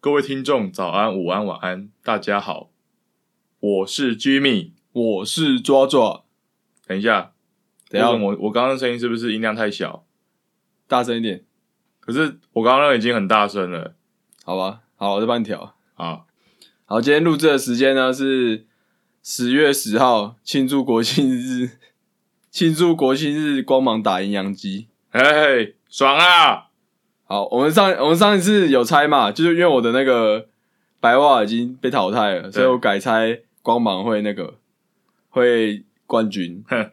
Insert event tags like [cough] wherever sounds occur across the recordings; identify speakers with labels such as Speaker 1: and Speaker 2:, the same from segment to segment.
Speaker 1: 各位听众，早安、午安、晚安，大家好，我是 Jimmy。
Speaker 2: 我是抓抓，
Speaker 1: 等一下，
Speaker 2: 等一下
Speaker 1: 为什么我我刚刚声音是不是音量太小？
Speaker 2: 大声一点，
Speaker 1: 可是我刚刚那个已经很大声了
Speaker 2: 好吧？好，我再帮你调。
Speaker 1: 啊！
Speaker 2: 好，今天录制的时间呢是十月十号，庆祝国庆日， [laughs] 庆祝国庆日，光芒打赢洋基。
Speaker 1: 嘿嘿，爽啊！ [laughs]
Speaker 2: 好，我们上我们上一次有猜嘛，就是因为我的那个白袜已经被淘汰了，所以我改猜光芒会那个会冠军
Speaker 1: 哼。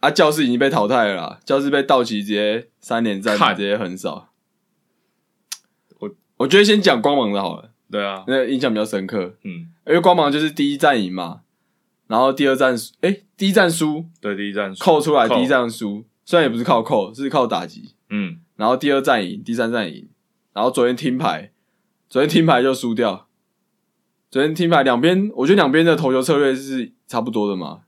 Speaker 2: 啊，教室已经被淘汰了啦，教室被道奇直接三连战，
Speaker 1: 看
Speaker 2: 直接横扫。
Speaker 1: 我
Speaker 2: 我觉得先讲光芒的好了，
Speaker 1: 对啊，
Speaker 2: 那个印象比较深刻，
Speaker 1: 嗯，
Speaker 2: 因为光芒就是第一战赢嘛，然后第二战输，诶、第一战输
Speaker 1: 对，第一站
Speaker 2: 扣出来，
Speaker 1: 扣
Speaker 2: 第一战输，虽然也不是靠扣，是靠打击，
Speaker 1: 嗯，
Speaker 2: 然后第二战赢，第三战赢，然后昨天听牌，昨天听牌就输掉。昨天听牌两边，我觉得两边的投球策略是差不多的嘛。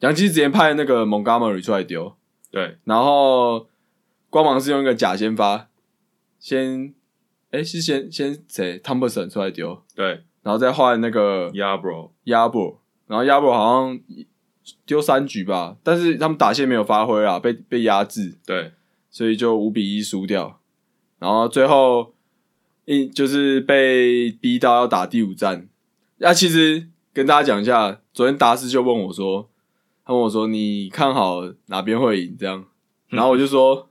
Speaker 2: 杨基直接派那个 Montgomery 出来丢，
Speaker 1: 对，
Speaker 2: 然后光芒是用一个假先发，先哎是先先谁 Thompson 出来丢，
Speaker 1: 对
Speaker 2: 然后再换那个
Speaker 1: y a b r o
Speaker 2: y 博，然后 y 博好像丢三局吧，但是他们打线没有发挥啊，被被压制。
Speaker 1: 对，
Speaker 2: 所以就五比一输掉。然后最后一就是被逼到要打第五战。那、其实跟大家讲一下，昨天达斯就问我说，他问我说你看好哪边会赢这样，然后我就说，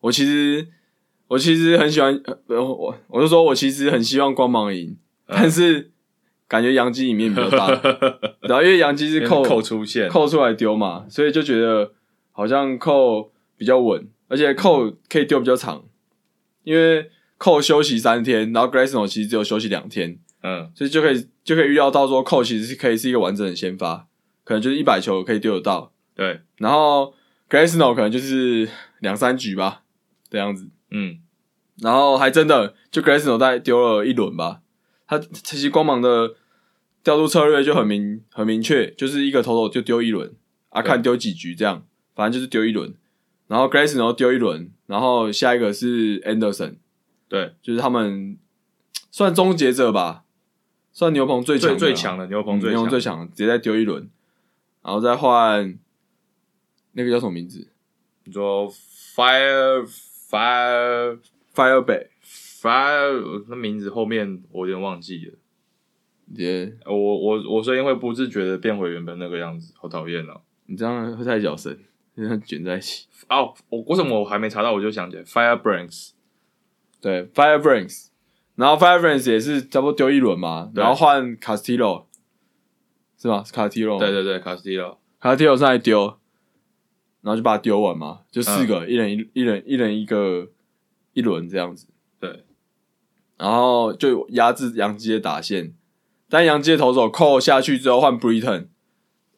Speaker 2: 我其实我其实很喜欢， [laughs] 呃、我我就说我其实很希望光芒赢，但是感觉杨基里面比较
Speaker 1: [laughs]
Speaker 2: [laughs] 大，然后因为杨基是扣
Speaker 1: 扣出线，
Speaker 2: 扣出来丢嘛，所以就觉得好像扣比较稳，而且扣可以丢比较长，因为扣休息三天，然后 Grayson 其实只有休息两天，
Speaker 1: 嗯，
Speaker 2: 所以就可以就可以预料到说扣其实是可以是一个完整的先发，可能就是一百球可以丢得到，
Speaker 1: 对，
Speaker 2: 然后 Grayson 可能就是两三局吧这样子，
Speaker 1: 嗯，
Speaker 2: 然后还真的就 Grayson 大概丢了一轮吧，他其实光芒的调度策略就很明很明确，就是一个投手就丢一轮啊，
Speaker 1: 对
Speaker 2: 看丢几局这样，反正就是丢一轮。然后 Grayson 丢一轮，然后下一个是 Anderson，
Speaker 1: 对，
Speaker 2: 就是他们算终结者吧，算牛棚最强的
Speaker 1: 最
Speaker 2: 啦
Speaker 1: 最强的牛
Speaker 2: 嗯
Speaker 1: 棚最
Speaker 2: 牛
Speaker 1: 强
Speaker 2: 棚最强的，直接再丢一轮，然后再换那个叫什么名字
Speaker 1: 你说 Fire Fire
Speaker 2: ？Fire Bay，
Speaker 1: Fire，那名字后面我有点忘记了。
Speaker 2: 直接
Speaker 1: 我我我声音会不自觉的变回原本那个样子，好讨厌哦！
Speaker 2: 你这样会太小声， [laughs] 因为它卷在一起。
Speaker 1: 哦，我为什么我还没查到我就想起来，Firebrands，
Speaker 2: 对，Firebrands，然后 Firebrands 也是差不多丢一轮嘛，
Speaker 1: 对
Speaker 2: 然后换 Castillo，是吧？是 Castillo，
Speaker 1: 对对对，Castillo，
Speaker 2: ，Castillo 上来丢，然后就把它丢完嘛，就
Speaker 1: 嗯
Speaker 2: 四个，一人一一人一人一个一轮这样子，
Speaker 1: 对，
Speaker 2: 然后就压制杨基的打线，但杨基的投手扣下去之后换 Britain，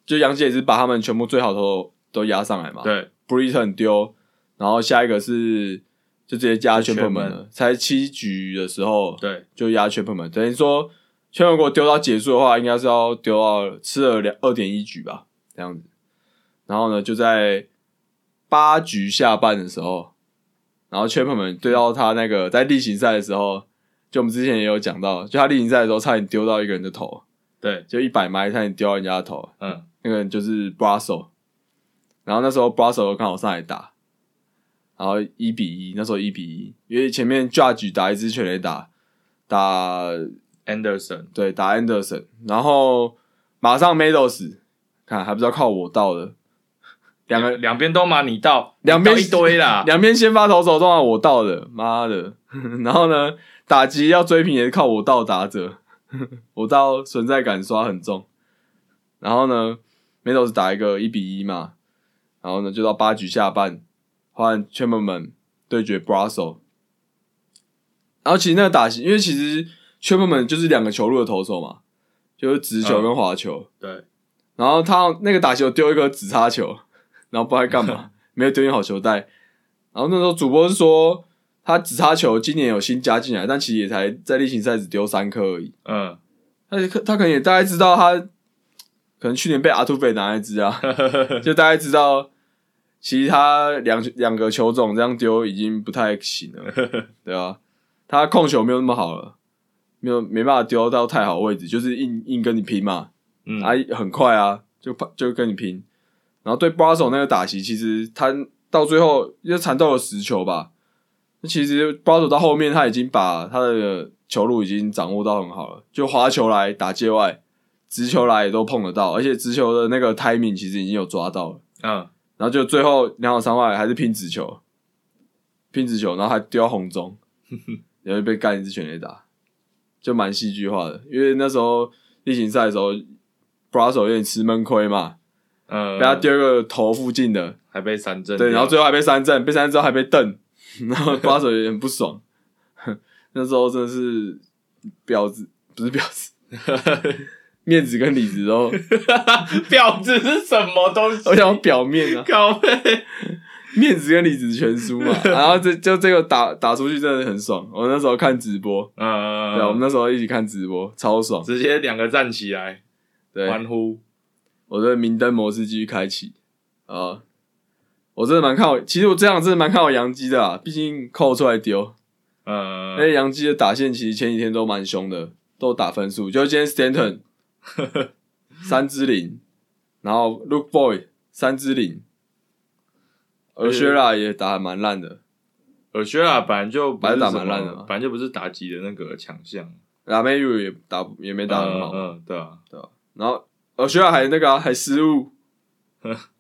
Speaker 2: 就杨基也是把他们全部最好的投手都压上来嘛，
Speaker 1: 对
Speaker 2: Britain 丢，然后下一个是就直接加
Speaker 1: 就
Speaker 2: 全
Speaker 1: 全
Speaker 2: 部门
Speaker 1: 门
Speaker 2: 了，才七局的时候，
Speaker 1: 对
Speaker 2: 就压全部门，等于说全部如果丢到结束的话，应该是要丢到吃了两二点一局吧，这样子。然后呢，就在八局下半的时候，然后全部们对到他那个在例行赛的时候，就我们之前也有讲到，就他例行赛的时候差点丢到一个人的头，
Speaker 1: 对，
Speaker 2: 就一百迈差点丢到人家的头，
Speaker 1: 嗯，
Speaker 2: 那个人就是 Brasso，然后那时候 Brasso 刚好上来打，然后一比一，那时候一比一，因为前面 Judge 打一支全垒打，打
Speaker 1: Anderson，
Speaker 2: 对打 Anderson，然后马上 Meadows，看还不知道靠我到的，两个
Speaker 1: 两边都骂你到，
Speaker 2: 两边
Speaker 1: 你到一堆啦，
Speaker 2: 两边先发投手都要我到的，妈的！ [laughs] 然后呢，打击要追平也是靠我到打者， [laughs] 我到存在感刷很重。然后呢，梅斗是打一个一比一嘛，然后呢就到八局下半换 c h a m b e r m a n 对决 Brasso。然后其实那个打击，因为其实 c h a m b e r m a n 就是两个球路的投手嘛，就是直球跟滑球。
Speaker 1: 对，
Speaker 2: 然后他那个打球丢一个直插球，然后不知道在干嘛，没有丢进好球袋。然后那时候主播是说，他直插球今年有新加进来，但其实也才在例行赛只丢三颗而已。
Speaker 1: 嗯，
Speaker 2: 他也可他可能也大概知道他，可能去年被阿土匪拿来支啊，就大概知道，其实他两两个球种这样丢已经不太行了，对啊，他控球没有那么好了，没有没办法丢到太好位置，就是硬硬跟你拼嘛，
Speaker 1: 嗯，
Speaker 2: 啊，很快啊，就就跟你拼。然后对 b r a s o 那个打席，其实他到最后就缠斗了十球吧。那其实 b r a s o 到后面他已经把他的球路已经掌握到很好了，就滑球来打界外，直球来也都碰得到，而且直球的那个 timing 其实已经有抓到了。
Speaker 1: 嗯，
Speaker 2: 然后就最后两好三坏还是拼直球，拼直球，然后还丢到红中，然后就被干一支全垒打，就蛮戏剧化的。因为那时候例行赛的时候 b r a s o 有点吃闷亏嘛，
Speaker 1: 呃，
Speaker 2: 被他丢一个头附近的，
Speaker 1: 还被三振掉，
Speaker 2: 对，然后最后还被三振，被三振之后还被瞪， [laughs] 然后 b r a s o 也很不爽。 [laughs] 那时候真的是婊子，不是婊子， [laughs] 面子跟里子都，
Speaker 1: [laughs] 婊子是什么东西？
Speaker 2: [laughs] 我想要表面啊， [laughs]
Speaker 1: 靠背，
Speaker 2: 面子跟里子全输嘛， [laughs] 然后这就这个打打出去真的很爽。我那时候看直播，
Speaker 1: 呃，
Speaker 2: 对啊，我们那时候一起看直播，超爽。
Speaker 1: 直接两个站起来
Speaker 2: 对，
Speaker 1: 欢呼，
Speaker 2: 我的明灯模式继续开启啊！我真的蛮看我，其实我这样真的蛮看我杨基的啦，毕竟扣出来丢。
Speaker 1: 呃
Speaker 2: 而，且杨基的打线其实前几天都蛮凶的，都打分数。就今
Speaker 1: [laughs]
Speaker 2: 天 Stanton 三支零，然后 Look Boy 三支零，而
Speaker 1: 而且
Speaker 2: s h e r a 也打得蛮烂的。
Speaker 1: 尔薛拉啊本来就不是
Speaker 2: 本来打
Speaker 1: 什么
Speaker 2: 蛮烂的嘛
Speaker 1: 本来就不是打击的那个强项，
Speaker 2: 拉梅鲁也打也没打得很好，
Speaker 1: 嗯，嗯对啊，
Speaker 2: 然后呃，学校还那个、啊、还
Speaker 1: [laughs]
Speaker 2: 失误，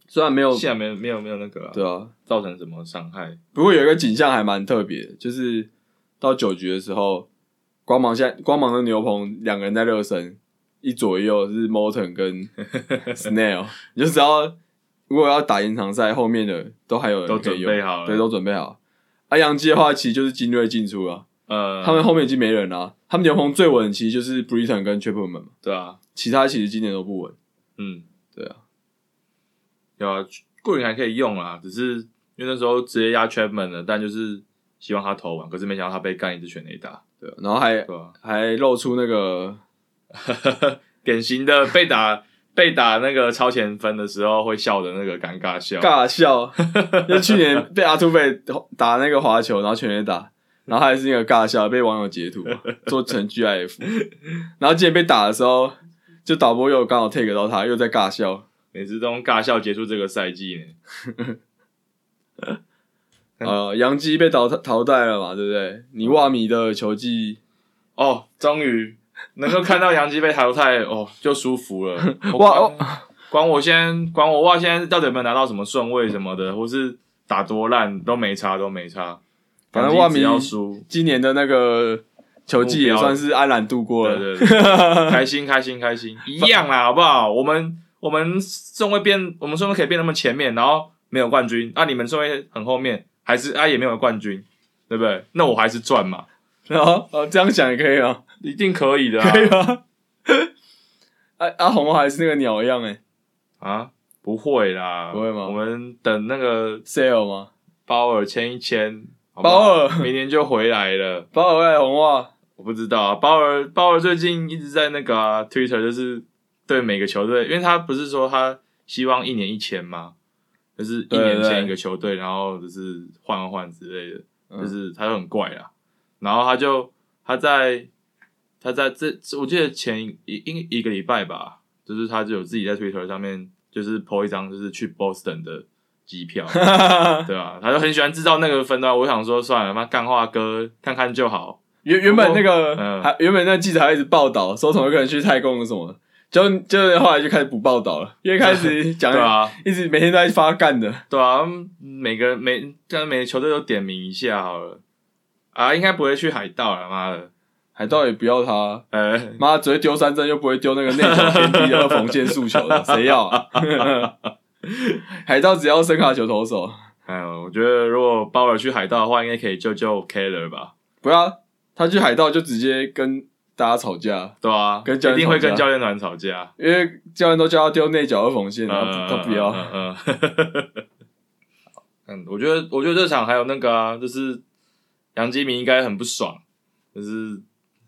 Speaker 2: 虽然没有
Speaker 1: 现在没有没有没有那个啊
Speaker 2: 哦对啊，
Speaker 1: 造成什么伤害，
Speaker 2: 不过有一个景象还蛮特别的，就是到九局的时候，光芒现在光芒跟牛棚两个人在热身，一左一右是
Speaker 1: [laughs]
Speaker 2: Morton 跟 Snail，你就知道如果要打延长赛，后面的都还有人
Speaker 1: 都
Speaker 2: 可以
Speaker 1: 准
Speaker 2: 用
Speaker 1: 备好了，
Speaker 2: 对，都准备好。啊，杨基的话其实就是精锐进出了，
Speaker 1: 呃，
Speaker 2: 他们后面已经没人了、啊他们牛棚最稳其实就是 Britain 跟 Chapman 嘛，
Speaker 1: 对啊，
Speaker 2: 其他其实今年都不稳。
Speaker 1: 嗯，
Speaker 2: 对啊，
Speaker 1: 有啊，桂林还可以用啊，只是因为那时候直接压 Chapman 了，但就是希望他投完，可是没想到他被干一支全垒打，
Speaker 2: 对啊，然后还
Speaker 1: 对吧、 [laughs]
Speaker 2: 还露出那个
Speaker 1: 典型的被打 [laughs] 被打那个超前分的时候会笑的那个尴尬笑，
Speaker 2: [laughs] 尬笑，就去年被阿土匪打那个滑球，然后全垒打，然后还是那个尬笑被网友截图嘛做成 GIF，然后今天被打的时候，就导播又刚好 take 到他，又在尬笑，
Speaker 1: 每次都用尬笑结束这个赛季呢。嗯
Speaker 2: 呃，杨基被淘汰淘汰了嘛，对不对？你袜米的球技，
Speaker 1: 哦，终于能够看到杨基被淘汰，哦，就舒服了。
Speaker 2: [laughs]
Speaker 1: 我
Speaker 2: 哇哦
Speaker 1: 管管我先管我哇，现在到底有没有拿到什么顺位什么的，或是打多烂都没差，都没差。
Speaker 2: 反
Speaker 1: 杨
Speaker 2: 正
Speaker 1: 基
Speaker 2: 万民
Speaker 1: 只要输，
Speaker 2: 今年的那个球技也
Speaker 1: 目标
Speaker 2: 算是安然度过
Speaker 1: 对
Speaker 2: 了。
Speaker 1: 对
Speaker 2: [laughs]
Speaker 1: 对，开心开心开心，一样啦，好不好？我们我们顺位变，我们顺位可以变那么前面，然后没有冠军，啊，你们顺位很后面，还是啊也没有冠军，对不对？那我还是赚嘛，
Speaker 2: 然后哦，这样想也可以啊，
Speaker 1: 一定可以的啊
Speaker 2: 可以啊。 [laughs] 阿阿红还是那个鸟一样哎、
Speaker 1: 啊！不会啦，
Speaker 2: 不会吗
Speaker 1: 我们等那个
Speaker 2: s a l e 吗？
Speaker 1: 包尔签一签，好不好
Speaker 2: 包尔
Speaker 1: 明年就回来了。
Speaker 2: 包尔爱哎红袜，
Speaker 1: 我不知道啊，鲍尔鲍尔最近一直在那个、啊、Twitter，就是对每个球队，因为他不是说他希望一年一签吗？就是一
Speaker 2: 对
Speaker 1: 年
Speaker 2: 对
Speaker 1: 签一个球队，然后就是换换换之类的，
Speaker 2: 嗯
Speaker 1: 就是他就很怪啊。然后他就他在他在这，这我记得前一一一个礼拜吧，就是他就有自己在 Twitter 上面就是 po 一张就是去 Boston 的机
Speaker 2: [laughs]
Speaker 1: 票，对啊，他就很喜欢制造那个纷乱。我想说算了，妈干话哥看看就好。
Speaker 2: 原原本那个
Speaker 1: 不过嗯
Speaker 2: 还、原本那记者还一直报道说同一个人去太空什么的，就就后来就开始不报道了，因为开始
Speaker 1: [laughs]
Speaker 2: 讲、
Speaker 1: 对啊，
Speaker 2: 一直每天都在发干的，
Speaker 1: 对啊，嗯每个每但每个球队都点名一下好了啊，应该不会去海盗了，妈的，
Speaker 2: 海盗也不要他，
Speaker 1: 呃， [laughs]
Speaker 2: 妈只会丢三针又不会丢那个内角偏低的二缝线速
Speaker 1: [laughs]
Speaker 2: 球的，谁要、啊？ [laughs] 海盗只要声卡球投手，
Speaker 1: 哎呦，我觉得如果鲍尔去海盗的话，应该可以救救 Keller 吧？
Speaker 2: 不要他去海盗就直接跟大家吵架，
Speaker 1: 对啊，
Speaker 2: 跟教练
Speaker 1: 一定会
Speaker 2: 吵架
Speaker 1: 跟教练团吵架，
Speaker 2: 因为教练都叫他丢内角二缝线，他不 [laughs]
Speaker 1: 呃，
Speaker 2: 他不要。
Speaker 1: 嗯，嗯嗯 [laughs] 嗯我觉得我觉得这场还有那个啊，就是杨基明应该很不爽，就是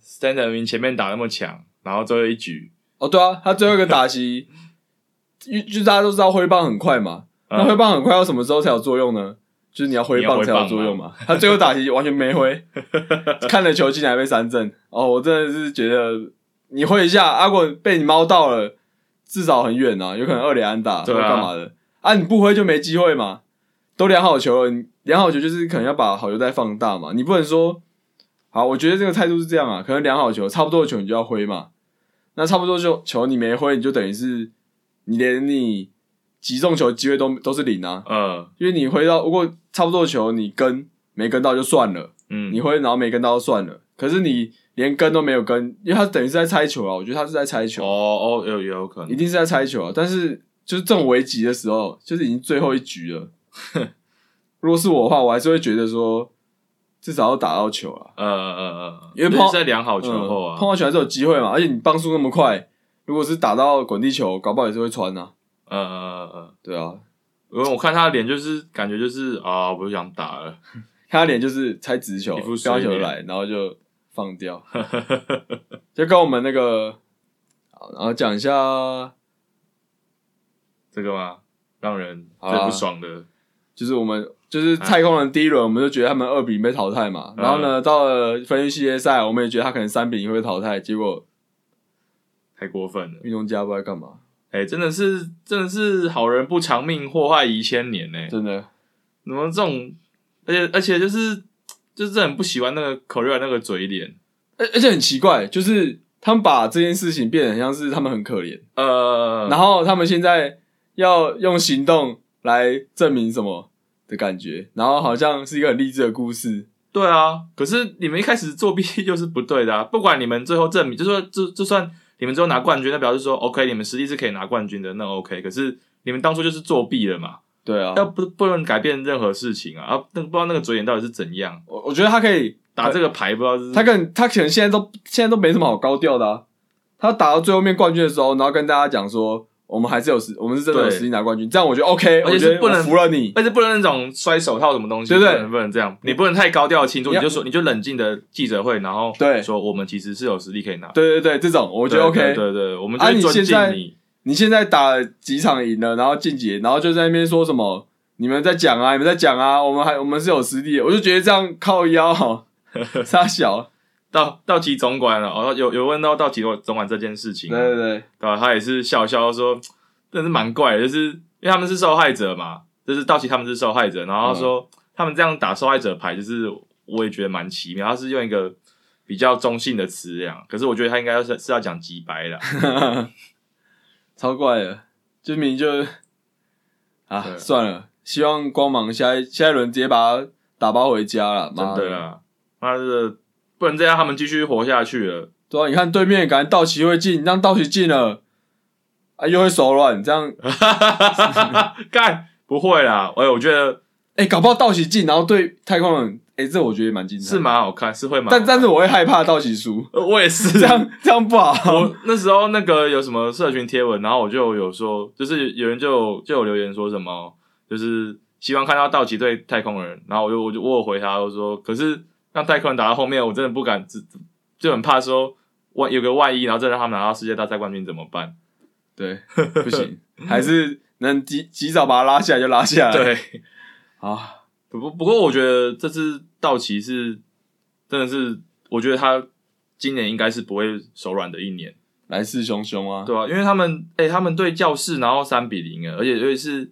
Speaker 1: Stanton 明前面打那么强，然后最后一局，
Speaker 2: 哦，对啊，他最后一个打席，就就大家都知道挥棒很快嘛，那
Speaker 1: 嗯
Speaker 2: 挥棒很快要什么时候才有作用呢？就是你要挥棒才啊有作用嘛。他最后打击完全没 [laughs] 挥，看了球进来被三振。哦，我真的是觉得你挥一下，阿、啊、果被你猫到了，至少很远啊，有可能二连安打或
Speaker 1: 对啊
Speaker 2: 干嘛的啊？你不挥就没机会嘛。都量好球了，你量好球就是可能要把好球再放大嘛，你不能说好，我觉得这个态度是这样啊，可能量好球，差不多的球你就要挥嘛。那差不多就球你没挥，你就等于是你连你击中球的机会都都是零啊，
Speaker 1: 呃，
Speaker 2: 因为你挥到如果差不多的球你跟没跟到就算了，
Speaker 1: 嗯，
Speaker 2: 你挥然后没跟到就算了，可是你连跟都没有跟，因为他等于是在猜球啊，我觉得他是在猜球，
Speaker 1: 哦哦，有有可
Speaker 2: 一
Speaker 1: 能，
Speaker 2: 定是在猜球啊。但是就是这种危急的时候，就是已经最后一局了。 [laughs] 如果是我的话，我还是会觉得说至少要打到球啊。
Speaker 1: 呃呃呃，
Speaker 2: 因为
Speaker 1: 就
Speaker 2: 碰
Speaker 1: 是在量好球后
Speaker 2: 嗯
Speaker 1: 啊
Speaker 2: 碰，到球还是有机会嘛，而且你棒速那么快，如果是打到滚地球，搞不好也是会穿啊。
Speaker 1: 呃呃呃呃，
Speaker 2: 对啊，
Speaker 1: 因为我看他的脸就是感觉就是啊，我不想打了，
Speaker 2: 看他脸就是猜直球，
Speaker 1: 一副
Speaker 2: 标
Speaker 1: 水脸
Speaker 2: 球来，然后就放掉，就跟我们那个，好然后讲一下，
Speaker 1: 这个吗？让人
Speaker 2: 好
Speaker 1: 最
Speaker 2: 啦
Speaker 1: 不爽的，
Speaker 2: 就是我们就是太空人第一轮，我们就觉得他们二比零被淘汰嘛，然后呢，到了分区系列赛，我们也觉得他可能三比零会被淘汰，结果
Speaker 1: 太过分了。
Speaker 2: 运动家不知道在干嘛，
Speaker 1: 哎、真的是，真的是好人不长命，祸害一千年呢、
Speaker 2: 真的，
Speaker 1: 怎么这种，而且而且就是就是很不喜欢那个 Korea 那个嘴脸，
Speaker 2: 而而且很奇怪，就是他们把这件事情变得很像是他们很可怜。
Speaker 1: 呃，
Speaker 2: 然后他们现在要用行动来证明什么的感觉，然后好像是一个很励志的故事。
Speaker 1: 对啊，可是你们一开始作弊就是不对的啊！ [laughs] 不管你们最后证明，就说就就算你们最后拿冠军，那表示说 OK，你们实力是可以拿冠军的，那 OK。可是你们当初就是作弊了嘛，
Speaker 2: 对啊，
Speaker 1: 要不不能改变任何事情啊！啊，那不知道那个嘴脸到底是怎样，
Speaker 2: 我我觉得他可以，
Speaker 1: 打这个牌不知道是
Speaker 2: 他可能他可能现在都现在都没什么好高调的啊。他打到最后面冠军的时候，然后跟大家讲说，我们还是有实，我们是真的有
Speaker 1: 对
Speaker 2: 实力拿冠军，这样我觉得 OK，
Speaker 1: 而
Speaker 2: 我
Speaker 1: 且
Speaker 2: 觉
Speaker 1: 是
Speaker 2: 得
Speaker 1: 不能
Speaker 2: 我服了你。
Speaker 1: 而且不能那种摔手套什么东西，
Speaker 2: 对不对
Speaker 1: 不能不能这样，你不能太高调庆祝，
Speaker 2: 你
Speaker 1: 你
Speaker 2: 要
Speaker 1: 就说你就冷静的记者会，然后
Speaker 2: 对
Speaker 1: 说我们其实是有实力可以拿，
Speaker 2: 对对对，这种我
Speaker 1: 我
Speaker 2: 觉得 OK。
Speaker 1: 对对对，我们就
Speaker 2: 啊你
Speaker 1: 是尊
Speaker 2: 现在
Speaker 1: 敬你，
Speaker 2: 你现在打了几场赢了，然后晋级，然后就在那边说什么你们在讲啊，你们在讲啊，我们还我们是有实力的，我就觉得这样靠
Speaker 1: [laughs]
Speaker 2: 腰好，傻小，
Speaker 1: 到到齐总管了，哦，有有问到到齐总管这件事情
Speaker 2: 对
Speaker 1: 啊，
Speaker 2: 对对，
Speaker 1: 对吧、他也是笑笑说，真的是蛮怪的，就是因为他们是受害者嘛，就是道奇他们是受害者，然后他说、
Speaker 2: 嗯
Speaker 1: 他们这样打受害者牌，就是我也觉得蛮奇妙，他是用一个比较中性的词量，可是我觉得他应该是是要讲极白的，
Speaker 2: 超怪的，就明明就啊
Speaker 1: 对
Speaker 2: 算了，希望光芒下一下一轮直接把他打包回家了，
Speaker 1: 真
Speaker 2: 妈
Speaker 1: 的，啊啦，妈的，不能再让他们继续活下去了。
Speaker 2: 对啊，你看对面感觉道奇会进，让道奇进了。啊，又会手软，这样，
Speaker 1: 干不会啦，哎、我觉得
Speaker 2: 哎、搞不好道奇进，然后对太空人，哎、这我觉得也蛮精彩的，
Speaker 1: 是蛮好看，是会蛮好
Speaker 2: 但
Speaker 1: 看，
Speaker 2: 但是我会害怕道奇输， [laughs]
Speaker 1: 呃我也是
Speaker 2: 这样这样不好。
Speaker 1: 我那时候那个有什么社群贴文，然后我就有说，就是有人就有就有留言说什么，就是希望看到道奇对太空人，然后我就我就我有回他，我说，可是让太空人打到后面，我真的不敢，只就很怕说万有个万一，然后再让他们拿到世界大赛冠军怎么办？
Speaker 2: 对，不行，还是能及及早把他拉下来就拉下来。
Speaker 1: 对，
Speaker 2: 啊，
Speaker 1: 不不不过我觉得这次道奇是真的是，我觉得他今年应该是不会手软的一年。
Speaker 2: 来势汹汹啊！
Speaker 1: 对啊，因为他们哎、他们对教室然后三比零啊，而且尤其是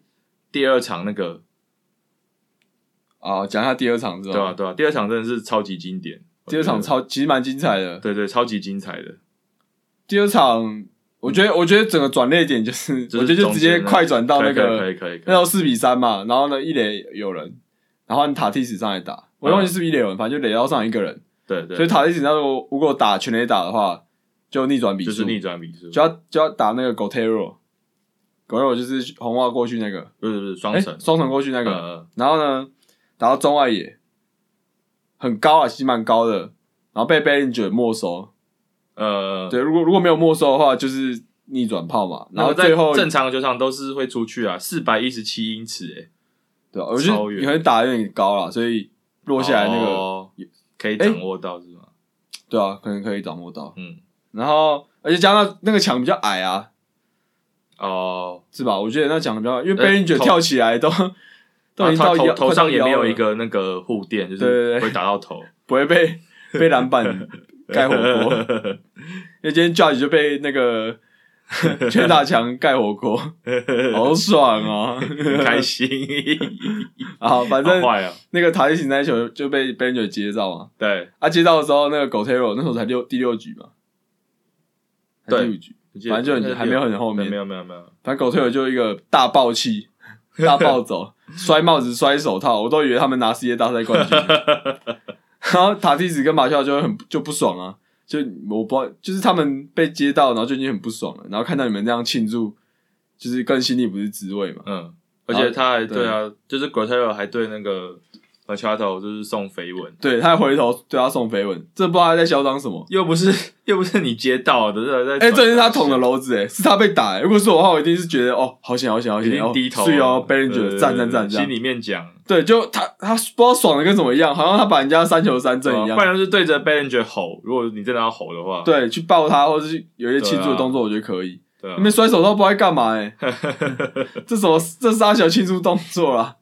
Speaker 1: 第二场那个，
Speaker 2: 啊，讲一下第二场是吧？
Speaker 1: 对啊，对啊，第二场真的是超级经典，
Speaker 2: 第二场
Speaker 1: 我觉
Speaker 2: 超其实蛮精彩的
Speaker 1: 得。对对超级精彩的，
Speaker 2: 第二场，我觉得我觉得整个转捩点就是，
Speaker 1: 就是
Speaker 2: 我觉得就
Speaker 1: 中
Speaker 2: 直
Speaker 1: 间
Speaker 2: 接
Speaker 1: 那
Speaker 2: 快转到那
Speaker 1: 可以
Speaker 2: 个
Speaker 1: 可以可以可
Speaker 2: 那
Speaker 1: 以，
Speaker 2: 时候四比三嘛，然后呢一垒有人，然后塔蒂斯上来打，我忘记是不是一垒有人，反正就垒到上一个人，
Speaker 1: 对
Speaker 2: 所以
Speaker 1: 对，
Speaker 2: 塔蒂斯那时候如果打全垒打的话，就逆转比
Speaker 1: 就
Speaker 2: 数
Speaker 1: 是，逆转比数，
Speaker 2: 就要就要打那个 Gotero，Gotero 就是红袜过去那个，
Speaker 1: 不是不是双
Speaker 2: 哎，
Speaker 1: 城，嗯
Speaker 2: 双城过去那
Speaker 1: 那
Speaker 2: 个，
Speaker 1: 个
Speaker 2: 然后呢，打到中外野，很高啊，其实蛮高的，然后被 Bellinger 没收。
Speaker 1: 呃，
Speaker 2: 对，如果如果没有没收的话，就是逆转炮嘛。然后
Speaker 1: 那个在
Speaker 2: 最后，
Speaker 1: 正常的球场都是会出去啊，四百一十七英尺哎、
Speaker 2: 对啊，我觉得
Speaker 1: 超远
Speaker 2: 你可能打得有点高了，所以落下来那个，哎
Speaker 1: 哦可以掌握到是吗？
Speaker 2: 对啊，可能可以掌握到。
Speaker 1: 嗯，
Speaker 2: 然后而且加上那个墙比较矮啊，
Speaker 1: 哦，
Speaker 2: 是吧？我觉得那墙比较矮，因为
Speaker 1: 呃
Speaker 2: Bellinger
Speaker 1: 头啊
Speaker 2: 跳起来都、都已经到
Speaker 1: 他
Speaker 2: 腰
Speaker 1: 头头上也没有一，
Speaker 2: 快到腰了
Speaker 1: 个那个护垫，就
Speaker 2: 对对
Speaker 1: 是
Speaker 2: 对
Speaker 1: 不会打到头。
Speaker 2: 不
Speaker 1: [laughs]
Speaker 2: 会被被篮板 [laughs] 盖火锅，因为今天 Judge 就被那个
Speaker 1: [laughs]
Speaker 2: 拳打墙盖火锅，好爽
Speaker 1: [laughs]
Speaker 2: 啊！
Speaker 1: 很开心，
Speaker 2: 啊， [laughs] 反正
Speaker 1: 好坏啊，
Speaker 2: 那个塔利琴那一球就被 Benjo 接到嘛，
Speaker 1: 对，
Speaker 2: 啊，接到的时候那个 Gotero 那时候才六第六局嘛，还
Speaker 1: 对
Speaker 2: 第五局，
Speaker 1: 我记得
Speaker 2: 反正就很还没有很后
Speaker 1: 没
Speaker 2: 面，
Speaker 1: 有没有没有，
Speaker 2: 反正 Gotero 就一个大暴气。大
Speaker 1: [laughs]
Speaker 2: 暴走，摔帽子，摔手套，我都以为他们拿世界大赛冠
Speaker 1: [laughs]
Speaker 2: 军。然后塔蒂斯跟马修尔就会很就不爽啊，就我不知道，就是他们被接到，然后就已经很不爽了，然后看到你们这样庆祝，就是更心里不是滋味嘛。
Speaker 1: 嗯，而且他还
Speaker 2: 对
Speaker 1: 对啊，就是 g r o t e r 还对那个 Machado 就是送绯闻，
Speaker 2: 对他还回头对他送飞吻，这不知道他在嚣张什么。
Speaker 1: 又不是又不是你接到的，这在
Speaker 2: 哎、这是他捅的篓子、哎，是他被打、哎如果是我的话，我一定是觉得哦，好险，好险，好
Speaker 1: 已
Speaker 2: 险，
Speaker 1: 经低头
Speaker 2: 哦，是哦
Speaker 1: 了
Speaker 2: 被人
Speaker 1: 对
Speaker 2: 觉
Speaker 1: 对
Speaker 2: 得
Speaker 1: 对
Speaker 2: 赞赞赞
Speaker 1: 对
Speaker 2: 这样
Speaker 1: 心。里面讲，
Speaker 2: 对，就他他不知道爽的跟什么一样，好像他把人家三球三振一
Speaker 1: 对啊
Speaker 2: 样
Speaker 1: 不。然就是对着 b a l l i n g e r 吼，如果你真的要吼的话，
Speaker 2: 对，去抱他，或者是有一些庆祝
Speaker 1: 对
Speaker 2: 的
Speaker 1: 啊
Speaker 2: 动作，我觉得可以。
Speaker 1: 对啊
Speaker 2: 你，们甩手套不知道在干嘛、
Speaker 1: [laughs]
Speaker 2: 欸？哎，这什么？这是阿小庆祝动作
Speaker 1: [laughs]
Speaker 2: 啦。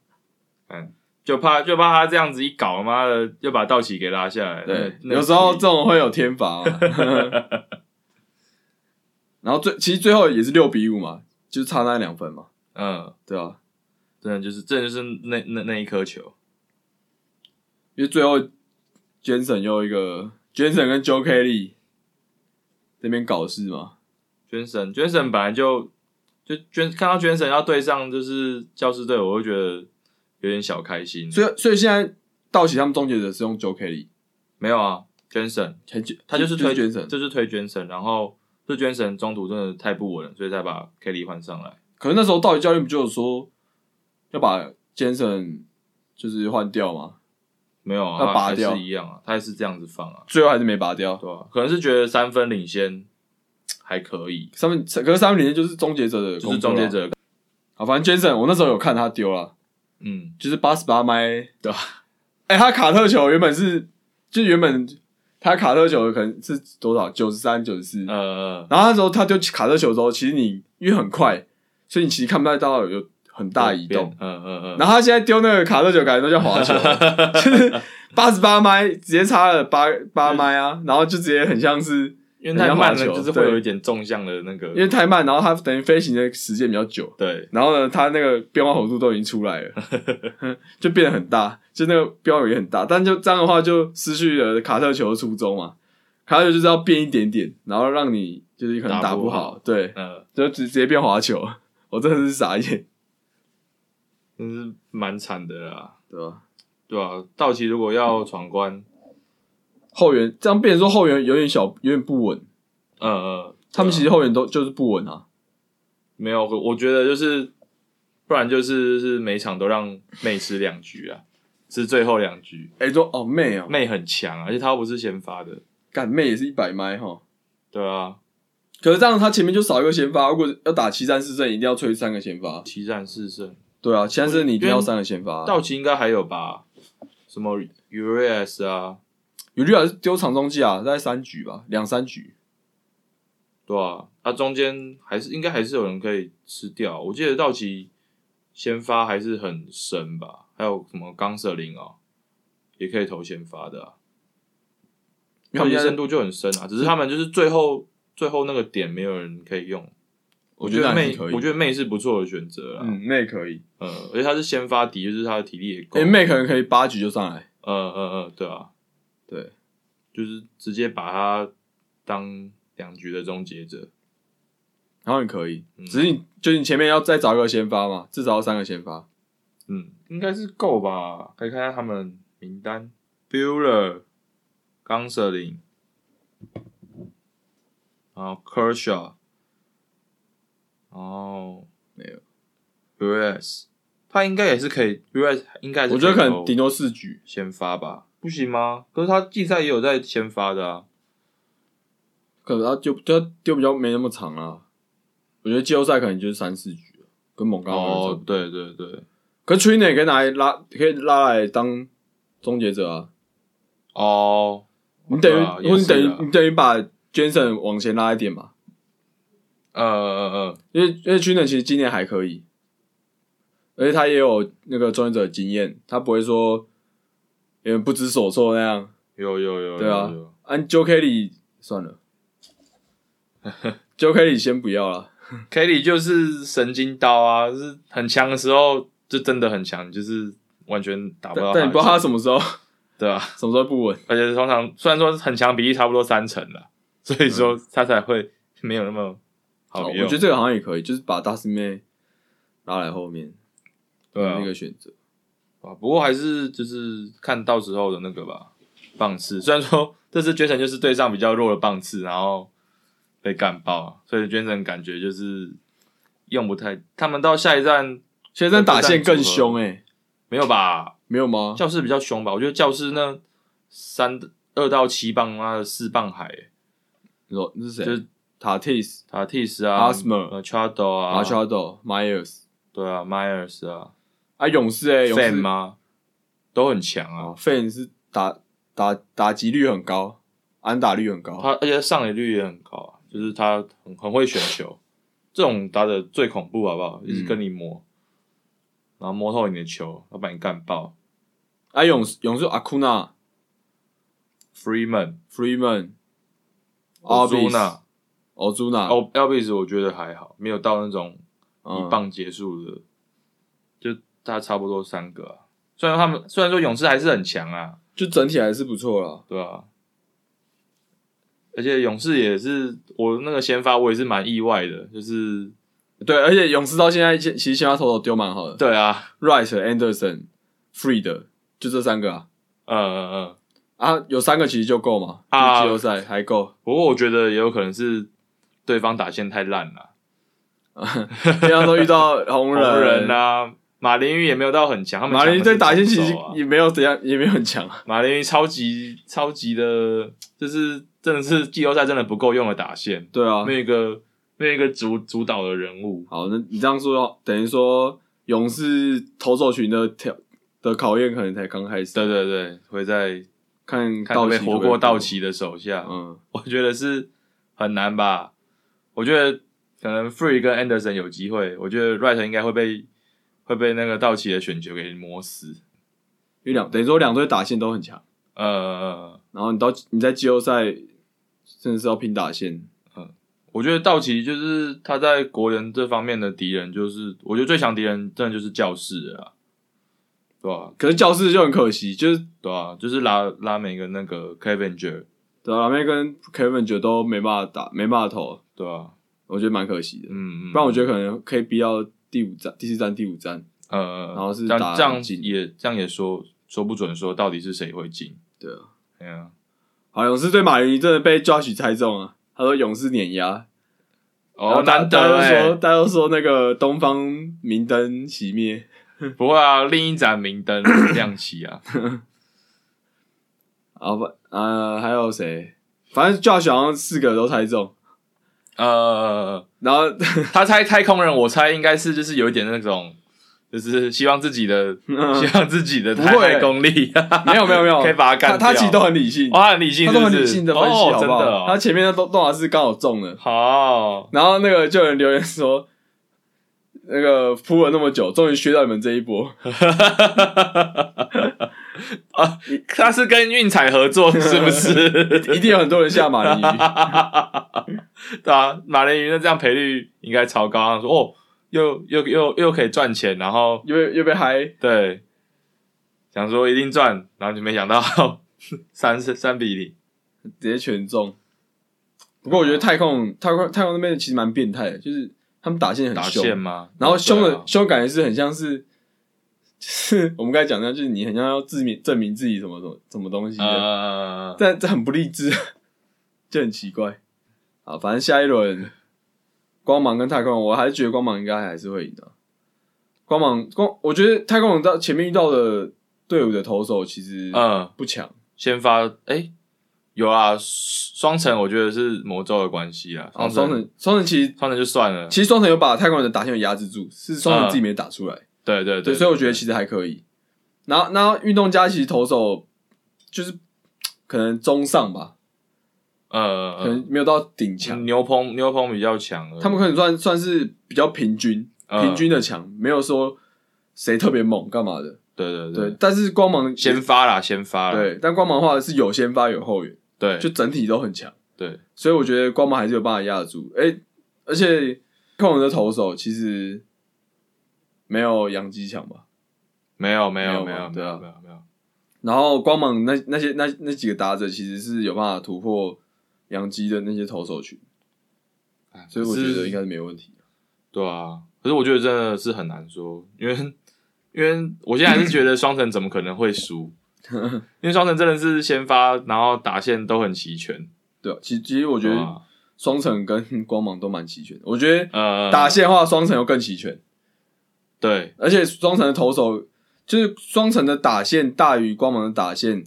Speaker 1: 就怕就怕他这样子一搞，妈的又把道奇给拉下来，
Speaker 2: 对，
Speaker 1: 那
Speaker 2: 有时候这种会有天罚、啊。 [laughs] 然后最其实最后也是六比五嘛，就是差那两分嘛，
Speaker 1: 嗯，
Speaker 2: 对啊，
Speaker 1: 真的就是这就是那那那一颗球，
Speaker 2: 因为最后 Jensen 又一个 Jensen 跟 Joe Kelly 那边搞事嘛，
Speaker 1: 捐神，捐神本来就就捐看到捐神要对上就是教师队，我会觉得有点小开心。
Speaker 2: 所以所以现在道奇他们终结者是用 Joe Kelly，
Speaker 1: 没有啊，捐神
Speaker 2: 很久
Speaker 1: 他就是
Speaker 2: 推
Speaker 1: 推
Speaker 2: Jensen，
Speaker 1: 就是推捐神，然后这捐神中途真的太不稳了，所以才把 Kelly 换上来。
Speaker 2: 可是那时候道奇教练不就有说要把 Jensen 就是换掉吗？
Speaker 1: 没有啊，
Speaker 2: 要
Speaker 1: 他
Speaker 2: 拔
Speaker 1: 还
Speaker 2: 掉
Speaker 1: 是一样啊，他还是这样子放啊，
Speaker 2: 最后还是没拔掉，
Speaker 1: 对啊，可能是觉得三分领先还可以，
Speaker 2: 上面可是上面里面就是终结者的
Speaker 1: 就
Speaker 2: 工作啦，
Speaker 1: 是终结者，
Speaker 2: 啊，反正 Jensen 我那时候有看他丢了，
Speaker 1: 嗯，
Speaker 2: 就是八十八迈，
Speaker 1: 对啊
Speaker 2: 哎、他卡特球原本是，就原本他卡特球可能是多少，九十三、九十四，然后
Speaker 1: 呃，
Speaker 2: 那时候他丢卡特球的时候，其实你因为很快，所以你其实看不太到有很大移动。，
Speaker 1: 嗯嗯嗯，
Speaker 2: 然后他现在丢那个卡特球，感觉都像滑球，就是八十八迈，直接差了八八迈啊，然后就直接很像是
Speaker 1: 因为太慢了，
Speaker 2: 人家滑球
Speaker 1: 就是会有
Speaker 2: 对
Speaker 1: 一点纵向的那个
Speaker 2: 因，为太慢，然后他等于飞行的时间比较久，
Speaker 1: 对，
Speaker 2: 然后呢，它那个变化弧度都已经出来了，
Speaker 1: [laughs]
Speaker 2: 就变得很大，就那个标也很大，但就这样的话就失去了卡特球的初衷嘛。卡特球就是要变一点点，然后让你就是可能
Speaker 1: 打
Speaker 2: 打
Speaker 1: 不
Speaker 2: 不
Speaker 1: 好
Speaker 2: 好，对，
Speaker 1: 呃，
Speaker 2: 就直直接变滑球，我真的是傻眼，
Speaker 1: 真是蛮惨的啦。
Speaker 2: 对吧？
Speaker 1: 对啊，道奇如果要闯关，
Speaker 2: 后援这样变成说后援有点小，有点不稳，
Speaker 1: 呃呃，
Speaker 2: 嗯他们其
Speaker 1: 对啊
Speaker 2: 实后援都就是不稳啊，
Speaker 1: 没有，我觉得就是，不然就是是每场都让妹吃两局啊，是最后两局，
Speaker 2: 哎、说哦妹哦，
Speaker 1: 妹很强啊，而且她又不是先发的，
Speaker 2: 干妹也是一百迈哈，
Speaker 1: 对啊，
Speaker 2: 可是这样他前面就少一个先发，如果要打七战四胜，一定要吹三个先发，
Speaker 1: 七战四胜，
Speaker 2: 对啊，七战四胜你一定要三个先发啊、
Speaker 1: 道奇应该还有吧，什么 Urias 啊，
Speaker 2: 有绿还是丢场中计啊，大概三局吧，两三局。
Speaker 1: 对啊，他、中间还是应该还是有人可以吃掉，我记得道奇先发还是很深吧，还有什么冈瑟林啊，也可以投先发的啊。
Speaker 2: 因
Speaker 1: 他
Speaker 2: 为
Speaker 1: 们
Speaker 2: 现在
Speaker 1: 深度就很深啊，只是他们就是最后最后那个点没有人可以用。
Speaker 2: 我
Speaker 1: 我
Speaker 2: 觉得那也
Speaker 1: 妹，
Speaker 2: 可以
Speaker 1: 我觉得啊妹是不错的选择啦。
Speaker 2: 嗯，妹可以，
Speaker 1: 呃，而且他是先发底，就是他的体力也够。
Speaker 2: 诶、妹可能可以八局就上来，
Speaker 1: 呃呃呃，对啊，
Speaker 2: 对，
Speaker 1: 就是直接把他当两局的终结者。
Speaker 2: 然后你可以，
Speaker 1: 嗯
Speaker 2: 只是你就你前面要再找一个先发嘛，至少要三个先发。
Speaker 1: 嗯，应该是够吧？可以看看他们名单：Bueller、冈瑟林，然后 Kershaw，然后
Speaker 2: 没有
Speaker 1: US，他应该也是可以，US 应该还是
Speaker 2: 我觉得可能
Speaker 1: 以
Speaker 2: 顶多四局，
Speaker 1: 先发吧？不行吗？可是他季赛也有在先发的啊。
Speaker 2: 可能他就就丢比较没那么长啦。我觉得季后赛可能就是三四局了，跟猛刚
Speaker 1: 哦
Speaker 2: 哦，，
Speaker 1: 对对对，
Speaker 2: 可是 t r i n 也可以拿来拉，可以拉来当终结者啊。
Speaker 1: 哦，
Speaker 2: 你等于，
Speaker 1: 对啊
Speaker 2: 或者
Speaker 1: 也
Speaker 2: 你
Speaker 1: 是
Speaker 2: 等
Speaker 1: 啦
Speaker 2: 于你等于把 Jensen 往前拉一点嘛，
Speaker 1: 呃呃呃，
Speaker 2: 因为因为 t r i n 其实今年还可以，而且他也有那个终结者的经验，他不会说有点不知所措那样。
Speaker 1: 有有有，
Speaker 2: 对啊
Speaker 1: 有有
Speaker 2: 按 Joe Kelly 算
Speaker 1: [laughs]
Speaker 2: 了，Joe Kelly 先不要了。
Speaker 1: ，Kelly 就是神经刀啊，就是很强的时候就真的很强，就是完全打不
Speaker 2: 但
Speaker 1: 到。
Speaker 2: 但你不知道他什么时候
Speaker 1: 对啊，
Speaker 2: 什么时候不稳。
Speaker 1: 而且通常虽然说很强比例差不多三成了，所以说他才会没有那么
Speaker 2: 好，
Speaker 1: 好
Speaker 2: 我
Speaker 1: 用。
Speaker 2: 觉得这个好像也可以，就是把大师妹拉来后面
Speaker 1: 对啊
Speaker 2: 那个选择。
Speaker 1: 啊，不过还是就是看到时候的那个吧，棒次。虽然说这次 Jason 就是对上比较弱的棒次，然后被干爆，所以 Jason 感觉就是用不太。他们到下一站
Speaker 2: 现在打线更凶哎、
Speaker 1: 没有吧？
Speaker 2: 没有吗？
Speaker 1: 教室比较凶吧？我觉得教室那三二到七棒，妈的四棒海、欸，
Speaker 2: 你说那是谁？
Speaker 1: 就是
Speaker 2: 塔蒂斯、
Speaker 1: 塔蒂斯啊
Speaker 2: Hosmer
Speaker 1: 呃 c h a d o 啊，
Speaker 2: 马乔多、Myers
Speaker 1: 对啊，Myers 啊
Speaker 2: 啊，勇士哎、勇士
Speaker 1: ，Fan 吗？都很强啊。
Speaker 2: 啊，费恩是打打打击率很高，安打率很高。
Speaker 1: 他而且他上垒率也很高啊，就是他很很会选球，这种打的最恐怖好不好？一直跟你
Speaker 2: 嗯
Speaker 1: 磨，然后摸透你的球，要把你干爆。
Speaker 2: 啊，勇士勇士阿库纳、
Speaker 1: Freeman、
Speaker 2: Freeman、
Speaker 1: o z u n a、
Speaker 2: 奥朱纳、
Speaker 1: O Elvis 我觉得还好，没有到那种一
Speaker 2: 嗯
Speaker 1: 棒结束的，就他差不多三个、啊。虽然他们虽然说勇士还是很强啊，
Speaker 2: 就整体还是不错啦。
Speaker 1: 对啊，而且勇士也是我那个先发，我也是蛮意外的，就是
Speaker 2: 对，而且勇士到现在其其实先发投手丢蛮好的
Speaker 1: 对啊，
Speaker 2: ，Rice、Anderson、Freed 就这三个啊。
Speaker 1: 嗯嗯嗯。
Speaker 2: 啊，有三个其实就够嘛，
Speaker 1: 啊
Speaker 2: 就季后赛还够，
Speaker 1: 不过我觉得也有可能是对方打线太烂了，
Speaker 2: 平常都遇到红
Speaker 1: 红
Speaker 2: 人
Speaker 1: 人啊，马林鱼也没有到很强，他们
Speaker 2: 马林
Speaker 1: 队
Speaker 2: 对打线其实
Speaker 1: 啊
Speaker 2: 也没有怎样，也没有很强啊。
Speaker 1: 马林鱼超级超级的，就是真的是季后赛真的不够用的打线，
Speaker 2: 对啊，
Speaker 1: 没有一个没有一个主主导的人物，
Speaker 2: 好，那你这样说，等于说勇士投手群的挑的考验可能才刚开始，
Speaker 1: 对对对，会在
Speaker 2: 看
Speaker 1: 看
Speaker 2: 道
Speaker 1: 被
Speaker 2: 奇
Speaker 1: 活过道，奇的手下，
Speaker 2: 嗯，
Speaker 1: 我觉得是很难吧，我觉得可能 Free 跟 Anderson 有机会，我觉得 Right 应该会被会被那个道奇的选球给磨死，
Speaker 2: 因为两等于说两队打线都很强，
Speaker 1: 呃。
Speaker 2: 然后你到你在季后赛真的是要拼打线，
Speaker 1: 我觉得道奇就是他在国人这方面的敌人，就是我觉得最强敌人真的就是教室了啦，对吧、啊
Speaker 2: 可是教室就很可惜，就是
Speaker 1: 对啊，就是拉拉美跟那个 Kevin j e r
Speaker 2: 德拉梅啊跟 Kevin 觉都没办法打，没办法投，
Speaker 1: 对啊，
Speaker 2: 我觉得蛮可惜的。
Speaker 1: 嗯嗯，
Speaker 2: 不然我觉
Speaker 1: 得
Speaker 2: 得可能可以逼到第五站、第四站、第五站。
Speaker 1: 呃，
Speaker 2: 然后是
Speaker 1: 这
Speaker 2: 打
Speaker 1: 样这样
Speaker 2: 进
Speaker 1: 也这样也说说不准，说到底是谁会进，
Speaker 2: 对啊，
Speaker 1: 哎呀、
Speaker 2: 好，勇士对马云真的被 Josh 猜中啊，他说勇士碾压，然
Speaker 1: 哦
Speaker 2: 后，大
Speaker 1: 难
Speaker 2: 大
Speaker 1: 得
Speaker 2: 家都说，
Speaker 1: 欸，
Speaker 2: 大家都说那个东方明灯熄灭，
Speaker 1: 不会啊，另一盏明灯亮起
Speaker 2: [laughs]
Speaker 1: 啊，
Speaker 2: 然后不呃还有谁，反正 Josh 好像四个都猜中，
Speaker 1: 呃，
Speaker 2: 然后
Speaker 1: 他猜太空人，我猜应该是就是有一点那种，就是希望自己
Speaker 2: [laughs]
Speaker 1: 的希望自己的
Speaker 2: 不
Speaker 1: 太
Speaker 2: 会
Speaker 1: 太功力。
Speaker 2: [laughs] 没有没有没有，
Speaker 1: [laughs] 可以把他干
Speaker 2: 他他
Speaker 1: 掉
Speaker 2: 其实都很理性，
Speaker 1: 哦，他很理性
Speaker 2: 他
Speaker 1: 是不
Speaker 2: 都
Speaker 1: 是，
Speaker 2: 很理性的分析，
Speaker 1: 哦、
Speaker 2: 好
Speaker 1: 真
Speaker 2: 不
Speaker 1: 的、
Speaker 2: 好？他
Speaker 1: 哦。
Speaker 2: 前面的都都好像是刚好中了，
Speaker 1: 好，
Speaker 2: 然后那个就有人留言说。那个铺了那么久，终于学到你们这一波， [laughs]
Speaker 1: 他是跟运彩合
Speaker 2: [laughs]
Speaker 1: 作是不是？
Speaker 2: 一定有很多人下马林鱼。
Speaker 1: 对啊，马林鱼那这样赔率应该超高。他说哦，又又又又可以赚钱，然后
Speaker 2: 又被又被嗨，
Speaker 1: 对，想说一定赚，然后就没想到 [laughs] 三三比零。
Speaker 2: 直接全中。不过我觉得
Speaker 1: 啊
Speaker 2: 太空太空太空那边其实蛮变态的，就是他们打线
Speaker 1: 打
Speaker 2: 很凶，
Speaker 1: 线吗？
Speaker 2: 然后凶的、
Speaker 1: 对啊
Speaker 2: 凶感觉是很像是， [laughs] 就是我们刚才讲的，就是你很像要证明证明自己什么什么什么东西的，
Speaker 1: 呃，
Speaker 2: 但这很不励志， [laughs] 就很奇怪。啊，反正下一轮光芒跟太空人，我还是觉得光芒应该还是会赢的。光芒光，我觉得太空人到前面遇到的队伍的投手其实
Speaker 1: 嗯，
Speaker 2: 不强，
Speaker 1: 先发哎、有啊，双城我觉得是魔咒的关系啊，
Speaker 2: 啊，
Speaker 1: 双
Speaker 2: 双
Speaker 1: 城
Speaker 2: 城双城其实
Speaker 1: 双城就算了，
Speaker 2: 其实双城有把太空人的打线有压制住，是双城自己没打出来。
Speaker 1: 对嗯对
Speaker 2: 对，所以我觉得其实还可以。然后，然后运动家其实投手就是可能中上吧，
Speaker 1: 呃，
Speaker 2: 可能没有到顶强。
Speaker 1: 牛棚牛棚比较强而已，
Speaker 2: 他们可能算算是比较平均，
Speaker 1: 嗯
Speaker 2: 平均的强，没有说谁特别猛干嘛的。
Speaker 1: 对对
Speaker 2: 对，但是光芒
Speaker 1: 先发啦，先发啦，
Speaker 2: 对，但光芒的话是有先发有后援，
Speaker 1: 对
Speaker 2: 就整体都很强，
Speaker 1: 对
Speaker 2: 所以我觉得光芒还是有办法压得住。哎、而且控人的投手其实没有杨基强吧？
Speaker 1: 没有没有
Speaker 2: 没有嘛
Speaker 1: 有没
Speaker 2: 对啊
Speaker 1: 没有没有，
Speaker 2: 然后光芒那那些那那几个打者其实是有办法突破杨基的那些投手群，所以我觉得应该是没问题。
Speaker 1: 哎对啊，可是我觉得真的是很难说，因为因为我现在还是觉得双城怎么可能会
Speaker 2: [laughs]
Speaker 1: 输？因为双城真的是先发，然后打线都很齐全。
Speaker 2: 对、啊，其实其实我
Speaker 1: 我
Speaker 2: 觉得双城跟光芒都蛮齐全的，我觉得
Speaker 1: 呃，
Speaker 2: 打线的话双城又更齐全，
Speaker 1: 对
Speaker 2: 而且双城的投手就是双城的打线大于光芒的打线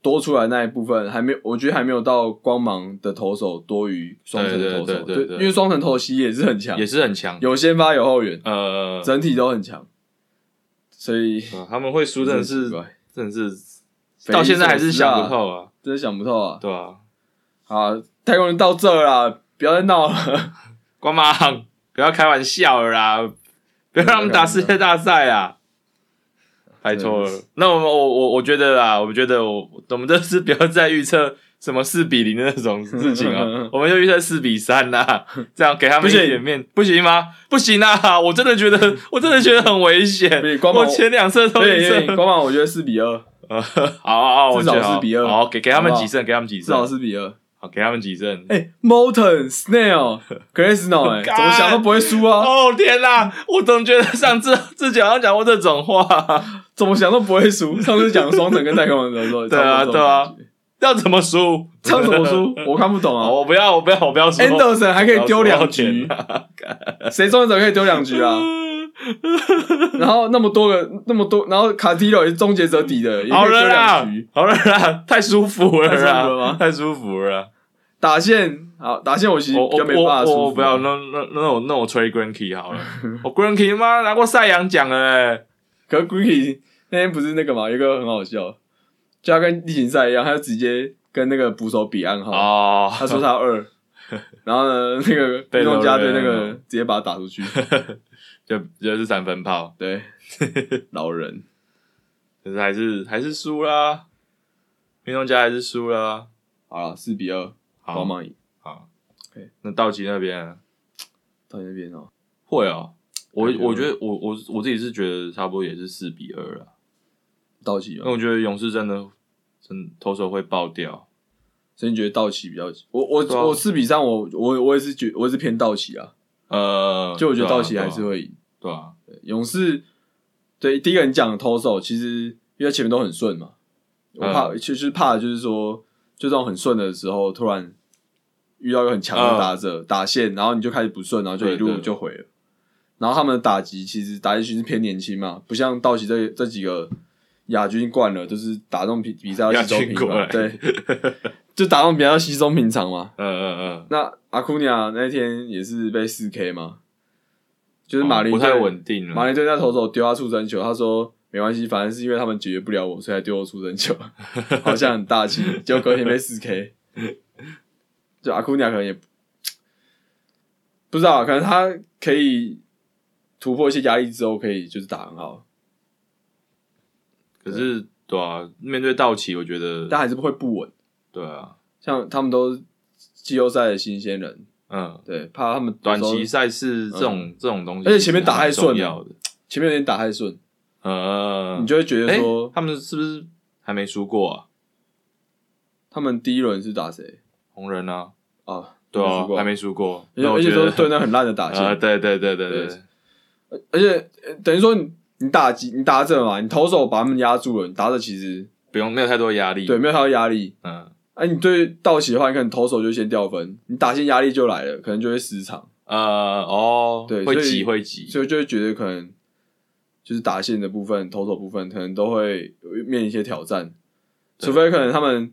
Speaker 2: 多出来那一部分还没有，我觉得还没有到光芒的投手多于双城的投
Speaker 1: 对对
Speaker 2: 手，
Speaker 1: 对对对
Speaker 2: 因为双城投手其实也是很强
Speaker 1: 也，是很强。
Speaker 2: 有先发有后援，
Speaker 1: 呃，
Speaker 2: 整体都很强，所以
Speaker 1: 呃他们会输真的
Speaker 2: 很
Speaker 1: 是
Speaker 2: 奇怪
Speaker 1: 真的是
Speaker 2: 匪夷
Speaker 1: 到现在还是
Speaker 2: 所思啊
Speaker 1: 想不透啊，
Speaker 2: 真的想不透啊！
Speaker 1: 对啊，
Speaker 2: 啊，太空人到这儿啦，不要再闹
Speaker 1: [laughs]
Speaker 2: 了。
Speaker 1: 光芒不要开玩笑了
Speaker 2: [laughs]
Speaker 1: 啦，不要让他们打世界大赛啦。拜托了，那我们我我我觉得啦，我觉得我我们这次不要再预测什么四比零的那种事情
Speaker 2: [laughs]
Speaker 1: 啊，我们就预测四比三啦，这样给他们一
Speaker 2: 不行
Speaker 1: 点面，不行吗？不行啊！我真的觉
Speaker 2: [laughs]
Speaker 1: 得，我真的觉得很危险
Speaker 2: 不行。光芒
Speaker 1: 我前两次都
Speaker 2: 对，
Speaker 1: 预
Speaker 2: 因
Speaker 1: 测
Speaker 2: 为，光芒我觉得四比二，
Speaker 1: 呃 [laughs] 好好好，我觉得
Speaker 2: 至少
Speaker 1: 好
Speaker 2: 4比2
Speaker 1: 好，给给他们
Speaker 2: 好不好
Speaker 1: 几胜，给他们几
Speaker 2: 至少
Speaker 1: 胜，
Speaker 2: 四比二。
Speaker 1: 好，给他们几胜。
Speaker 2: 哎、m o l t o n Snail、Cresno，
Speaker 1: [laughs]
Speaker 2: 哎、
Speaker 1: 干
Speaker 2: 怎么想都不会输啊，
Speaker 1: 哦天哪！我总觉得上次 [laughs] 自己好像讲过这种话， [laughs]
Speaker 2: 怎么想都不会输。上次讲双城跟太空人的时
Speaker 1: [laughs]
Speaker 2: 候，
Speaker 1: 对啊
Speaker 2: 差不多
Speaker 1: 对啊
Speaker 2: 这
Speaker 1: 要怎么输？
Speaker 2: 种感觉，唱怎么输？我看不懂
Speaker 1: 哦
Speaker 2: 啊。
Speaker 1: 我不要，我不要，我不要输。
Speaker 2: Anderson 还可以丢两
Speaker 1: 我
Speaker 2: 局
Speaker 1: 不，要输
Speaker 2: 谁终结者可以丢两局啊？然后那么多个，那么多，然后卡蒂罗也是终结者底的，
Speaker 1: [laughs]
Speaker 2: 也
Speaker 1: 好
Speaker 2: 可以
Speaker 1: 了
Speaker 2: 丢两
Speaker 1: 啦
Speaker 2: 局。，
Speaker 1: 好了啦，太舒服了
Speaker 2: 太舒服了
Speaker 1: 啦
Speaker 2: 吗，
Speaker 1: 太舒服了。
Speaker 2: 打线好，打线我其实
Speaker 1: 我
Speaker 2: 比
Speaker 1: 我
Speaker 2: 较没办法啊
Speaker 1: 我
Speaker 2: 输。
Speaker 1: 我不要，那那那我那我吹 Granky
Speaker 2: [laughs]
Speaker 1: 好了，我 Granky 妈拿过赛扬奖了欸，
Speaker 2: 可是 Greedy 那天不是那个嘛，有一个很好笑，就他跟例行赛一样，他就直接跟那个捕手比暗号，
Speaker 1: 哦，
Speaker 2: 他说他二，然后呢，那个
Speaker 1: 被
Speaker 2: 运动家队
Speaker 1: 漏人
Speaker 2: 那
Speaker 1: 了
Speaker 2: 个直接把他打出
Speaker 1: [laughs]
Speaker 2: 去，
Speaker 1: [laughs] 就就是三分炮，
Speaker 2: 对，老人
Speaker 1: 可是还是还是输啦，运动家还是输啦。
Speaker 2: 好了，四比二，
Speaker 1: 好
Speaker 2: 光，芒赢。
Speaker 1: 好
Speaker 2: OK
Speaker 1: 那道奇那边啊呢
Speaker 2: 到你那边哦，
Speaker 1: 会哦，我
Speaker 2: 感觉
Speaker 1: 我觉得我我我自己是觉得差不多也是四比二了，
Speaker 2: 道奇
Speaker 1: 因
Speaker 2: 哦
Speaker 1: 为，我觉得勇士真的真投手会爆掉，
Speaker 2: 所以你觉得道奇比较？我我、
Speaker 1: 对啊
Speaker 2: 我四比三，我我我也是觉，我也是偏道奇啊，
Speaker 1: 呃，
Speaker 2: 就我觉得
Speaker 1: 对啊
Speaker 2: 道奇还是会赢。
Speaker 1: 对啊，
Speaker 2: 勇士对第一个你讲的投手，其实因为前面都很顺嘛，我怕、
Speaker 1: 嗯
Speaker 2: 其实怕的就是说，就这种很顺的时候，突然遇到一个很强的打者、打线，然后你就开始不顺，然后就
Speaker 1: 嗯对
Speaker 2: 一路
Speaker 1: 对
Speaker 2: 就毁了。然后他们的打击其实打击群是偏年轻嘛，不像道奇这这几个亚军冠了，就是打这种比比赛要稀松平
Speaker 1: 亚军过来
Speaker 2: 常，对，就打这种比赛要稀松平常嘛。
Speaker 1: 嗯嗯嗯，
Speaker 2: 那阿库尼亚那天也是被四 K 嘛，就是马林
Speaker 1: 哦不
Speaker 2: 队、
Speaker 1: 太稳定了
Speaker 2: 马，林队那投手丢他出生球，他说没关系，反正是因为他们解决不了我，所以才丢我出
Speaker 1: [laughs]
Speaker 2: 生球，好像很大气。结果隔天被四 K，就阿库尼亚可能也不知道，可能他可以突破一些压力之后，可以就是打很好，
Speaker 1: 可是对啊，面对道奇，我觉得
Speaker 2: 但还是会不稳。
Speaker 1: 对啊，
Speaker 2: 像他们都季后赛的新鲜人，
Speaker 1: 嗯，
Speaker 2: 对，怕他们
Speaker 1: 短
Speaker 2: 有时
Speaker 1: 期
Speaker 2: 候嗯
Speaker 1: 赛事这种这种东西，
Speaker 2: 而且前面打太顺了
Speaker 1: 重要的，
Speaker 2: 前面有点打太顺，
Speaker 1: 呃
Speaker 2: 你，就会觉得
Speaker 1: 哎
Speaker 2: 说。，
Speaker 1: 他们是不是还没输过啊？
Speaker 2: 他们第一轮是打谁
Speaker 1: 红人啊，
Speaker 2: 啊？
Speaker 1: 对
Speaker 2: 没
Speaker 1: 啊
Speaker 2: 输，过
Speaker 1: 还，没输过，
Speaker 2: 而且
Speaker 1: 那我
Speaker 2: 而
Speaker 1: 觉
Speaker 2: 且都
Speaker 1: 得
Speaker 2: 是对那很烂的打线，
Speaker 1: 呃，对对对对对对
Speaker 2: 对。而且、呃等于说你你打击你打者嘛，你投手把他们压住了，你打者其实
Speaker 1: 不用没有太多压力。
Speaker 2: 对，没有太多压力。
Speaker 1: 嗯
Speaker 2: 哎、你对道奇的话，你可能投手就先掉分，你打线压力就来了，可能就会失常，
Speaker 1: 呃哦，
Speaker 2: 对
Speaker 1: 会
Speaker 2: 所以
Speaker 1: 挤会挤，
Speaker 2: 所以就会觉得可能就是打线的部分、投手部分，可能都会呃面临一些挑战，
Speaker 1: 对
Speaker 2: 除非可能他们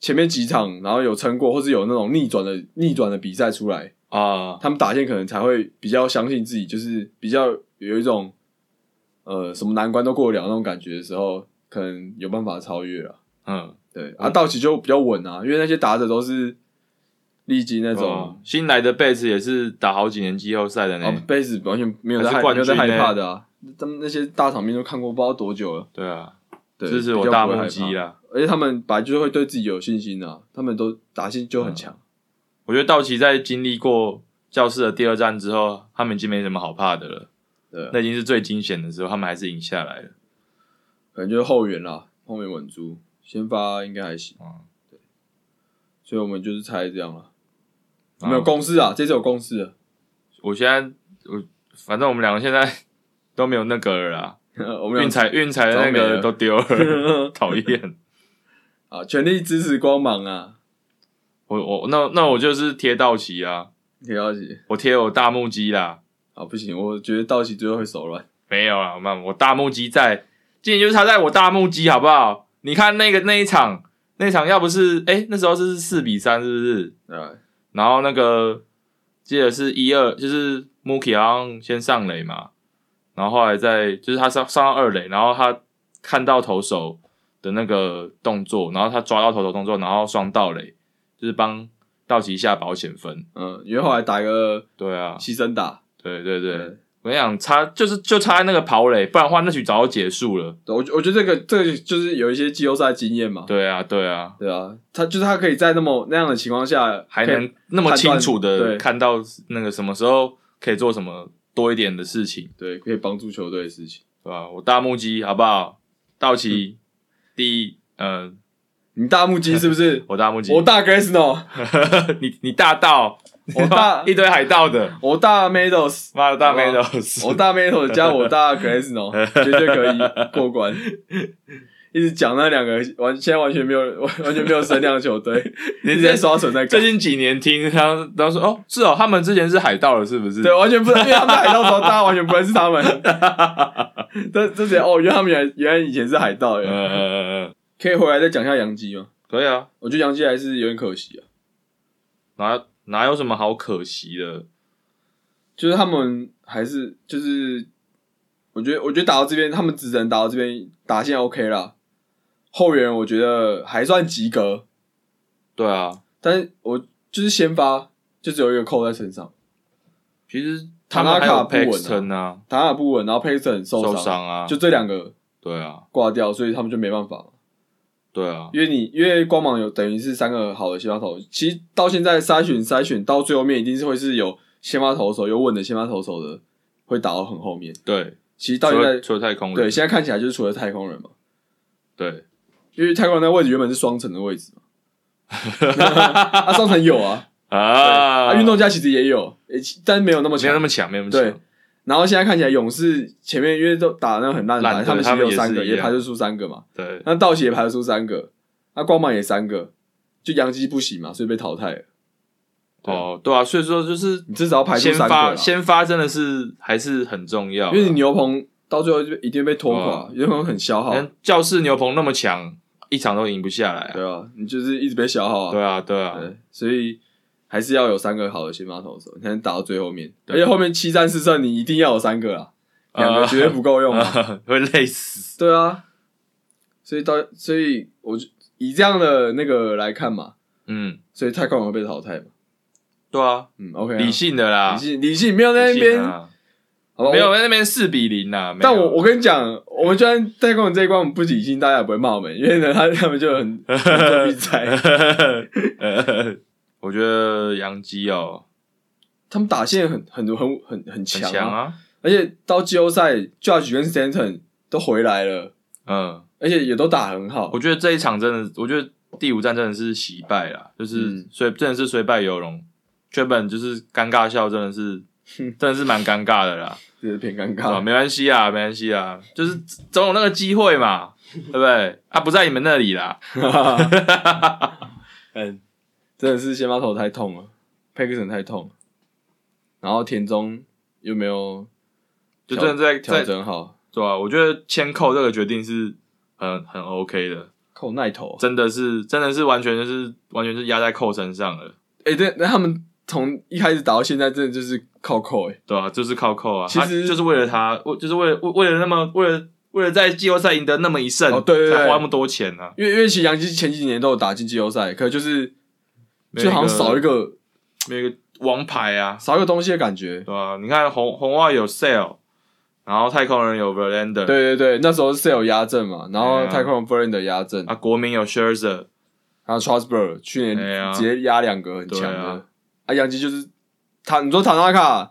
Speaker 2: 前面几场然后有撑过，或是有那种逆转的逆转的比赛出来，
Speaker 1: 啊，
Speaker 2: 他们打线可能才会比较相信自己，就是比较有一种呃什么难关都过得了那种感觉的时候，可能有办法超越了。
Speaker 1: 嗯，
Speaker 2: 对啊，道奇就比较稳啊，因为那些打者都是利基那
Speaker 1: 那
Speaker 2: 种
Speaker 1: 新来的贝斯也是打好几年季后赛的呢。
Speaker 2: 啊，贝斯完全没有在
Speaker 1: 哎还是
Speaker 2: 害
Speaker 1: 冠
Speaker 2: 没有在
Speaker 1: 军
Speaker 2: 害
Speaker 1: 呢
Speaker 2: 怕的啊。他们那些大场面都看过，不知道多久了。
Speaker 1: 对啊，
Speaker 2: 对，
Speaker 1: 这是我
Speaker 2: 比
Speaker 1: 大
Speaker 2: 较不会害
Speaker 1: 目
Speaker 2: 怕
Speaker 1: 击。啦。
Speaker 2: 而且他们本来就会对自己有信心啊，他们都打性
Speaker 1: 嗯
Speaker 2: 就很强。
Speaker 1: 我觉得道奇在经历过教室的第二战之后，他们已经没什么好怕的了。
Speaker 2: 对啊
Speaker 1: 那已经是最惊险的时候，他们还是赢下来了。
Speaker 2: 可能就是后援啦，后面稳住，先发应该还行。
Speaker 1: 嗯
Speaker 2: 所以我们就是猜这样了。
Speaker 1: 啊
Speaker 2: 没有公式啊，这次有公式了。
Speaker 1: 我现在我反正我们两个现在 [laughs] 都没有那个了啦，
Speaker 2: [laughs] 我们俩
Speaker 1: 嗯运彩运彩的那
Speaker 2: 早没
Speaker 1: 个
Speaker 2: 了
Speaker 1: 都丢
Speaker 2: [laughs]
Speaker 1: 了，讨厌。
Speaker 2: 啊，全力支持光芒啊！
Speaker 1: 我我那那我就是贴道奇啊，
Speaker 2: 铁道奇
Speaker 1: 我贴我大木鸡啦，
Speaker 2: 啊，不行，我觉得道奇最后会手软。
Speaker 1: 没有啦，妈，我大木鸡在，今年就是他在我大木鸡好不好？你看那个那一场，那一场要不是哎、那时候是四比三是不是？
Speaker 2: 啊，
Speaker 1: 然后那个记得是一二，就是 Mookie 好像先上垒嘛，然后后来再就是他上上到二垒，然后他看到投手的那个动作，然后他抓到投手动作，然后双盗垒，就是帮道奇下保险分。
Speaker 2: 嗯，因为后来打个
Speaker 1: 对啊，
Speaker 2: 牺牲打，
Speaker 1: 对对对，
Speaker 2: 对
Speaker 1: 我跟你讲，差就是就差在那个跑垒，不然的话那局早就结束了。
Speaker 2: 对我觉我觉得这个这个就是有一些季后赛经验嘛。
Speaker 1: 对啊，对啊，
Speaker 2: 对啊，他就是他可以在那么那样的情况下，
Speaker 1: 还
Speaker 2: 可以
Speaker 1: 能那么清楚
Speaker 2: 判断
Speaker 1: 的
Speaker 2: 对
Speaker 1: 看到那个什么时候可以做什么多一点的事情，
Speaker 2: 对可以帮助球队的事情。
Speaker 1: 对吧、我大木鸡好不好？道
Speaker 2: 嗯
Speaker 1: 奇、第一，呃，？
Speaker 2: 你大木鸡是不
Speaker 1: [laughs]
Speaker 2: 是
Speaker 1: 我大木鸡，
Speaker 2: 我大 Grasno，
Speaker 1: 你你大道，
Speaker 2: 我
Speaker 1: [laughs]
Speaker 2: 大
Speaker 1: 一堆海盗的，
Speaker 2: 我大 Meadows，
Speaker 1: 妈的大妹都
Speaker 2: 我
Speaker 1: 是。 [laughs]
Speaker 2: 大 Meadows 加我大 Grasno，绝对可以过关。一直讲那两个完，现在完全没有完完全没有声量的球队，你直接刷存在
Speaker 1: 最
Speaker 2: 感。
Speaker 1: 近几年听他们都说哦，是哦，他们之前是海盗了，是不是？
Speaker 2: 对，哦完全不，因为他们海盗的时候，大家完全不认识他们。这这些哦，原来他们原来原来以前是海盗
Speaker 1: 呃，
Speaker 2: 耶。
Speaker 1: 呃呃呃，
Speaker 2: 可以回来再讲一下杨基吗？
Speaker 1: 可以啊，
Speaker 2: 我觉得杨基还是有点可惜啊，
Speaker 1: 哪哪有什么好可惜的？
Speaker 2: 就是他们还是就是，我觉得我觉得打到这边，他们只能打到这边，打线 OK 啦。后援我觉得还算及格，
Speaker 1: 对啊，
Speaker 2: 但是我就是先发就只有一个扣在身上，
Speaker 1: 其实他
Speaker 2: 塔
Speaker 1: 们
Speaker 2: 纳
Speaker 1: 还
Speaker 2: 卡
Speaker 1: 有
Speaker 2: 不稳啊
Speaker 1: Paxton 啊，
Speaker 2: 打打不稳，然后 p a y t o n 受
Speaker 1: 受
Speaker 2: 伤，
Speaker 1: 伤啊，
Speaker 2: 就这两个
Speaker 1: 对啊，
Speaker 2: 挂掉，所以他们就没办法嘛。
Speaker 1: 对啊，
Speaker 2: 因为你因为光芒有等于是三个好的先发投手，其实到现在筛选筛选到最后面，一定是会是有先发投手有稳的先发投手的，会打到很后面。
Speaker 1: 对，
Speaker 2: 其实到
Speaker 1: 除
Speaker 2: 现
Speaker 1: 了
Speaker 2: 在
Speaker 1: 除了太空
Speaker 2: 对
Speaker 1: 人，
Speaker 2: 现在看起来就是除了太空人嘛，
Speaker 1: 对，
Speaker 2: 因为太空人那位置原本是双层的
Speaker 1: [laughs]
Speaker 2: 位置嘛，啊双层有啊，
Speaker 1: 啊，
Speaker 2: 啊运动家其实也有，诶其但是没有那么
Speaker 1: 没有那
Speaker 2: 强。
Speaker 1: 么强，没有那么强，
Speaker 2: 然后现在看起来勇士前面因为都打那很烂的
Speaker 1: 烂
Speaker 2: 牌，
Speaker 1: 队
Speaker 2: 们其
Speaker 1: 他
Speaker 2: 实
Speaker 1: 们
Speaker 2: 有
Speaker 1: 也
Speaker 2: 三个
Speaker 1: 是一
Speaker 2: 也
Speaker 1: 样
Speaker 2: 排得出三个嘛，
Speaker 1: 对，
Speaker 2: 那道奇也排得出三个，那光芒也三个，就洋基不行嘛，所以被淘汰了。对
Speaker 1: 哦，对啊，所以说就是
Speaker 2: 你至少要排出
Speaker 1: 先
Speaker 2: 三个啦
Speaker 1: 发，先发真的是还是很重要啊，
Speaker 2: 因为你牛棚到最后就一定被拖
Speaker 1: 啊
Speaker 2: 垮，牛棚很消耗
Speaker 1: 你，看教室牛棚那么强，一场都赢不下来啊，
Speaker 2: 对啊，你就是一直被消耗啊。
Speaker 1: 对啊，对啊，
Speaker 2: 对，所以还是要有三个好的先发投手，你才能打到最后面。而
Speaker 1: 对
Speaker 2: 且后面七战四胜，你一定要有三个啊，两个
Speaker 1: 呃
Speaker 2: 绝对不够用啊。
Speaker 1: [laughs] 会累死，
Speaker 2: 对啊，所以到所以我就以这样的那个来看嘛，
Speaker 1: 嗯，
Speaker 2: 所以太空人会被淘汰嘛。
Speaker 1: 对啊，
Speaker 2: 嗯，OK，啊
Speaker 1: 理性的啦
Speaker 2: 理，性理性没有在那
Speaker 1: 理
Speaker 2: 边
Speaker 1: 性，啊
Speaker 2: 好吧
Speaker 1: 没。有
Speaker 2: 我
Speaker 1: 在那边四比零呐，没
Speaker 2: 但
Speaker 1: 有
Speaker 2: 我我跟你讲，我们居然太空人这一关我们不理性，大家也不会骂我们，因为呢，他 [laughs] 他们
Speaker 1: [laughs]
Speaker 2: 就很很比赛，
Speaker 1: [laughs] 我觉得杨基哦
Speaker 2: 他们打线很很很很很
Speaker 1: 很
Speaker 2: 强
Speaker 1: 强
Speaker 2: 啊，
Speaker 1: 啊，
Speaker 2: 而且到季后赛，Judge 跟 Stanton 都回来了，
Speaker 1: 嗯，
Speaker 2: 而且也都打很好
Speaker 1: 我。觉得这一场真的，我觉得第五战真的是惜败啦，就是
Speaker 2: 嗯
Speaker 1: 虽、真的是虽败犹荣，缺本就是尴尬笑，真的
Speaker 2: [laughs]
Speaker 1: 是真的是蛮尴尬的啦，
Speaker 2: 这是偏尴
Speaker 1: 啊，
Speaker 2: 尬。
Speaker 1: 没关系啊，没关系啊，就是总有那个机会嘛，对不对？啊，不在你们那里啦，嗯，
Speaker 2: 真的是先发头太痛了，佩克森太痛了，然后田中又没有
Speaker 1: 就真的在
Speaker 2: 调
Speaker 1: 在
Speaker 2: 整好，
Speaker 1: 对啊，我觉得签扣这个决定是很很 OK 的，
Speaker 2: 扣奈头。
Speaker 1: 真的是真的是完全就是完全是压在扣身上了，
Speaker 2: 哎、对，那他们从一开始打到现在，真的就是靠扣哎、
Speaker 1: 对啊，就是靠扣啊，
Speaker 2: 其实
Speaker 1: 他就是为了他，为就是为了为为了那么为了为了在季后赛赢得那么一胜，
Speaker 2: 哦对对对
Speaker 1: 才花那么多钱呢、啊，
Speaker 2: 因为因为其实杨基前几年都有打进季后赛，可就是
Speaker 1: 没有
Speaker 2: 就好像少一个
Speaker 1: 没有一个王牌啊，
Speaker 2: 少一个东西的感觉。
Speaker 1: 对啊吧、你看红红袜有 Sale，然后太空人有 Verlander，
Speaker 2: 对对对，那时候是有压阵嘛，然后
Speaker 1: 对啊
Speaker 2: 太空人 b r a n 的压阵，
Speaker 1: 啊，国民有 Scherzer，
Speaker 2: 然后 t r a s b e r
Speaker 1: 对
Speaker 2: 去年
Speaker 1: 啊
Speaker 2: 直接压两个很强
Speaker 1: 对啊
Speaker 2: 的，啊，杨基就是塔，你说塔纳卡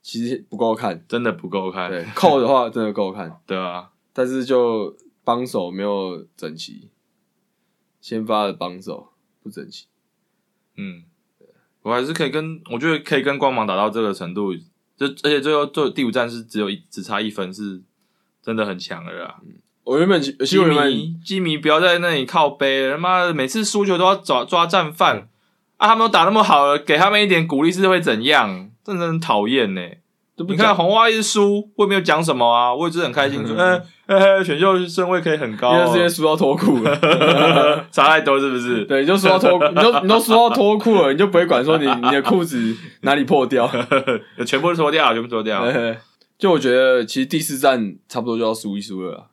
Speaker 2: 其实不够看，
Speaker 1: 真的不够看， [laughs]
Speaker 2: 对，扣的话真的够看，
Speaker 1: 对啊，
Speaker 2: 但是就帮手没有整齐，先发的帮手不整齐，
Speaker 1: 嗯，我还是可以跟，我觉得可以跟光芒打到这个程度，就而且最后最第五站是只有一只差一分，是真的很强的啦。
Speaker 2: 我原本其其
Speaker 1: 基
Speaker 2: 实我原本
Speaker 1: 米基米不要在那里靠背了，他妈的每次输球都要抓抓战
Speaker 2: 嗯
Speaker 1: 犯啊！他们都打那么好了，给他们一点鼓励是会怎样？真的很讨厌呢。
Speaker 2: 都不
Speaker 1: 你看
Speaker 2: 讲，
Speaker 1: 红袜一直输，我也没有讲什么啊，我也是很开 [laughs] 心说，嗯、呃呃，选秀顺位可以很高、
Speaker 2: 因为
Speaker 1: 哦
Speaker 2: 直，接输到脱裤了。 [laughs]
Speaker 1: 差太多是不是？
Speaker 2: 对，你就说到脱，你都你都说到脱裤了，你就不会管说你你的裤 [laughs] 子哪里破掉。 [laughs]
Speaker 1: 全部都脱掉，全部脱掉。
Speaker 2: 就我觉得，其实第四站差不多就要输一输了啦，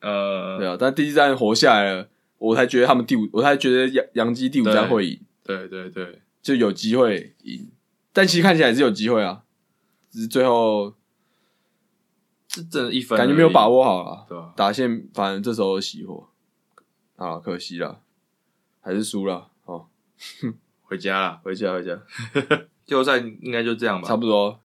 Speaker 1: 呃，
Speaker 2: 对啊。但第四站活下来了，我才觉得他们第五，我才觉得杨杨基第五站会赢，
Speaker 1: 对对对，
Speaker 2: 就有机会赢。但其实看起来也是有机会啊，只是最后
Speaker 1: 是真的一分，
Speaker 2: 感觉没有把，握好了，
Speaker 1: 对啊吧？
Speaker 2: 打线反正这时候熄火，啊，可惜了，还是输了。哦，
Speaker 1: 回家啦，
Speaker 2: 回家回家，
Speaker 1: 季后赛应该就这样吧
Speaker 2: 差。不多